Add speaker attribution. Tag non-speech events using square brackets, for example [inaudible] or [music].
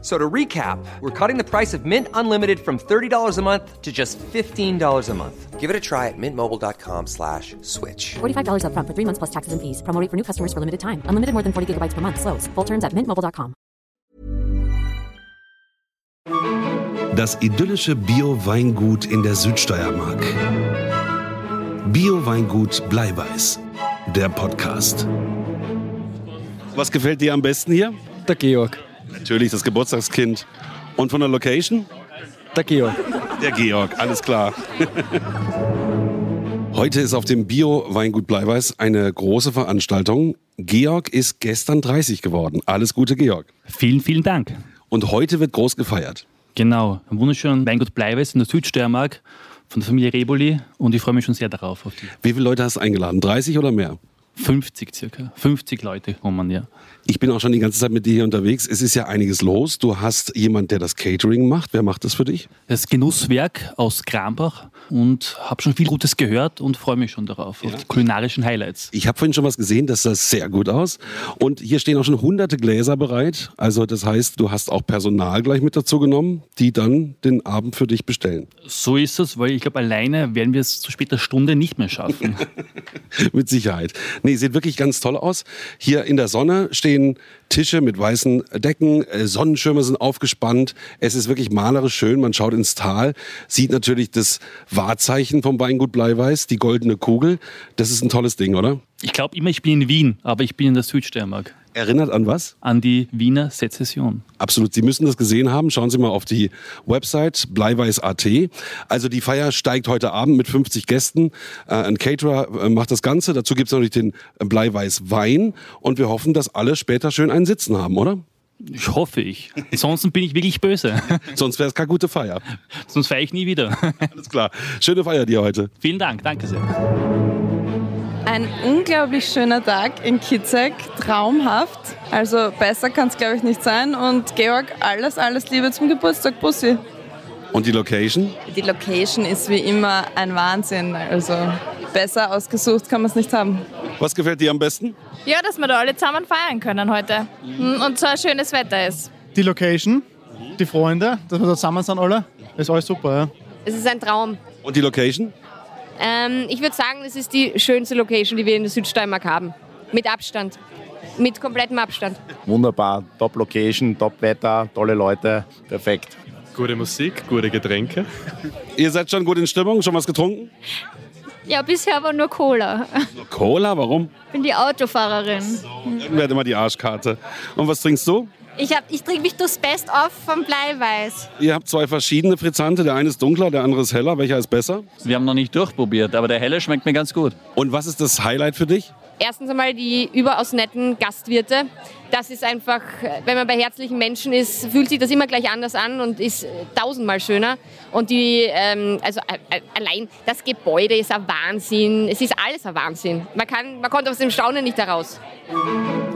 Speaker 1: So to recap, we're cutting the price of Mint Unlimited from $30 a month to just $15 a month. Give it a try at mintmobile.com slash switch.
Speaker 2: $45 upfront for three months plus taxes and fees. Promo rate for new customers for limited time. Unlimited more than 40 gigabytes per month. Slows. Full terms at mintmobile.com.
Speaker 3: Das idyllische Bio-Weingut in der Südsteiermark. Bio-Weingut Bleiweiß. Der Podcast. Was gefällt dir am besten hier?
Speaker 4: Der Georg.
Speaker 3: Natürlich das Geburtstagskind. Und von der Location?
Speaker 4: Der Georg.
Speaker 3: Der Georg, alles klar. [laughs] Heute ist auf dem Bio-Weingut Bleiweiß eine große Veranstaltung. Georg ist gestern 30 geworden. Alles Gute, Georg.
Speaker 5: Vielen, vielen Dank.
Speaker 3: Und heute wird groß gefeiert.
Speaker 5: Genau, am wunderschönen Weingut Bleiwes in der Südsteiermark von der Familie Reboli und ich freue mich schon sehr darauf. Auf die
Speaker 3: Wie viele Leute hast du eingeladen? 30 oder mehr?
Speaker 5: 50 circa, 50 Leute kommen, ja.
Speaker 3: Ich bin auch schon die ganze Zeit mit dir hier unterwegs. Es ist ja einiges los. Du hast jemand, der das Catering macht. Wer macht das für dich?
Speaker 5: Das Genusswerk aus Krambach und habe schon viel Gutes gehört und freue mich schon darauf, auf die kulinarischen Highlights.
Speaker 3: Ich habe vorhin schon was gesehen, das sah sehr gut aus. Und hier stehen auch schon hunderte Gläser bereit. Also das heißt, du hast auch Personal gleich mit dazu genommen, die dann den Abend für dich bestellen.
Speaker 5: So ist es, weil ich glaube, alleine werden wir es zu später Stunde nicht mehr schaffen.
Speaker 3: [laughs] mit Sicherheit. Nee, sieht wirklich ganz toll aus. Hier in der Sonne stehen Tische mit weißen Decken, äh, Sonnenschirme sind aufgespannt. Es ist wirklich malerisch schön. Man schaut ins Tal, sieht natürlich das Wahrzeichen vom Weingut Bleiweiß, die goldene Kugel. Das ist ein tolles Ding, oder?
Speaker 5: [laughs] ich glaube immer, ich bin in Wien, aber ich bin in der Südsteiermark,
Speaker 3: Erinnert an was?
Speaker 5: an die Wiener Sezession.
Speaker 3: Absolut. Sie müssen das gesehen haben. Schauen Sie mal auf die Website bleiweiß.at. Also die Feier steigt heute Abend mit 50 Gästen. Äh, ein Caterer äh, macht das Ganze. Dazu gibt es natürlich den äh, Bleiweiß Wein. Und wir hoffen, dass alle später schön einen Sitzen haben, oder?
Speaker 5: Ich hoffe [laughs] ich. Ansonsten bin ich wirklich böse. [laughs]
Speaker 3: Sonst wäre es keine gute Feier.
Speaker 5: Sonst fahre ich nie wieder. [laughs]
Speaker 3: Alles klar. Schöne Feier dir heute.
Speaker 5: Vielen Dank, danke sehr.
Speaker 6: Ein unglaublich schöner Tag in Kitzek, traumhaft. Also besser kann es, glaube ich, nicht sein. Und Georg, alles, alles Liebe zum Geburtstag, Bussi.
Speaker 3: Und die Location?
Speaker 6: Die Location ist wie immer ein Wahnsinn. Also besser ausgesucht kann man es nicht haben.
Speaker 3: Was gefällt dir am besten?
Speaker 7: Ja, dass wir da alle zusammen feiern können heute. Mhm, Und so ein schönes Wetter ist.
Speaker 4: Die Location, die Freunde, dass wir da zusammen sind alle. Ist alles super, ja.
Speaker 8: Es ist ein Traum.
Speaker 3: Und die Location?
Speaker 8: Ähm, ich würde sagen, es ist die schönste Location, die wir in der Südsteiermark haben. Mit Abstand. Mit komplettem Abstand.
Speaker 9: Wunderbar, top Location, top Wetter, tolle Leute, perfekt.
Speaker 10: Gute Musik, gute Getränke.
Speaker 3: Ihr seid schon gut in Stimmung? Schon was getrunken?
Speaker 7: Ja, bisher aber nur Cola.
Speaker 3: Cola? Warum?
Speaker 7: Ich bin die Autofahrerin.
Speaker 3: Irgendwer hat immer die Arschkarte. Und was trinkst du?
Speaker 7: Ich, hab- ich trinke mich durchs Best-of vom Bleiweiß.
Speaker 3: Ihr habt zwei verschiedene Frizzante. Der eine ist dunkler, der andere ist heller. Welcher ist besser?
Speaker 11: Wir haben noch nicht durchprobiert, aber der helle schmeckt mir ganz gut.
Speaker 3: Und was ist das Highlight für dich?
Speaker 8: Erstens einmal die überaus netten Gastwirte. Das ist einfach, äh, wenn man bei herzlichen Menschen ist, fühlt sich das immer gleich anders an und ist äh, tausendmal schöner. Und die, ähm, also a- a- allein das Gebäude ist ein Wahnsinn. Es ist alles ein Wahnsinn. Man, kann, man kommt aus dem Staunen nicht heraus.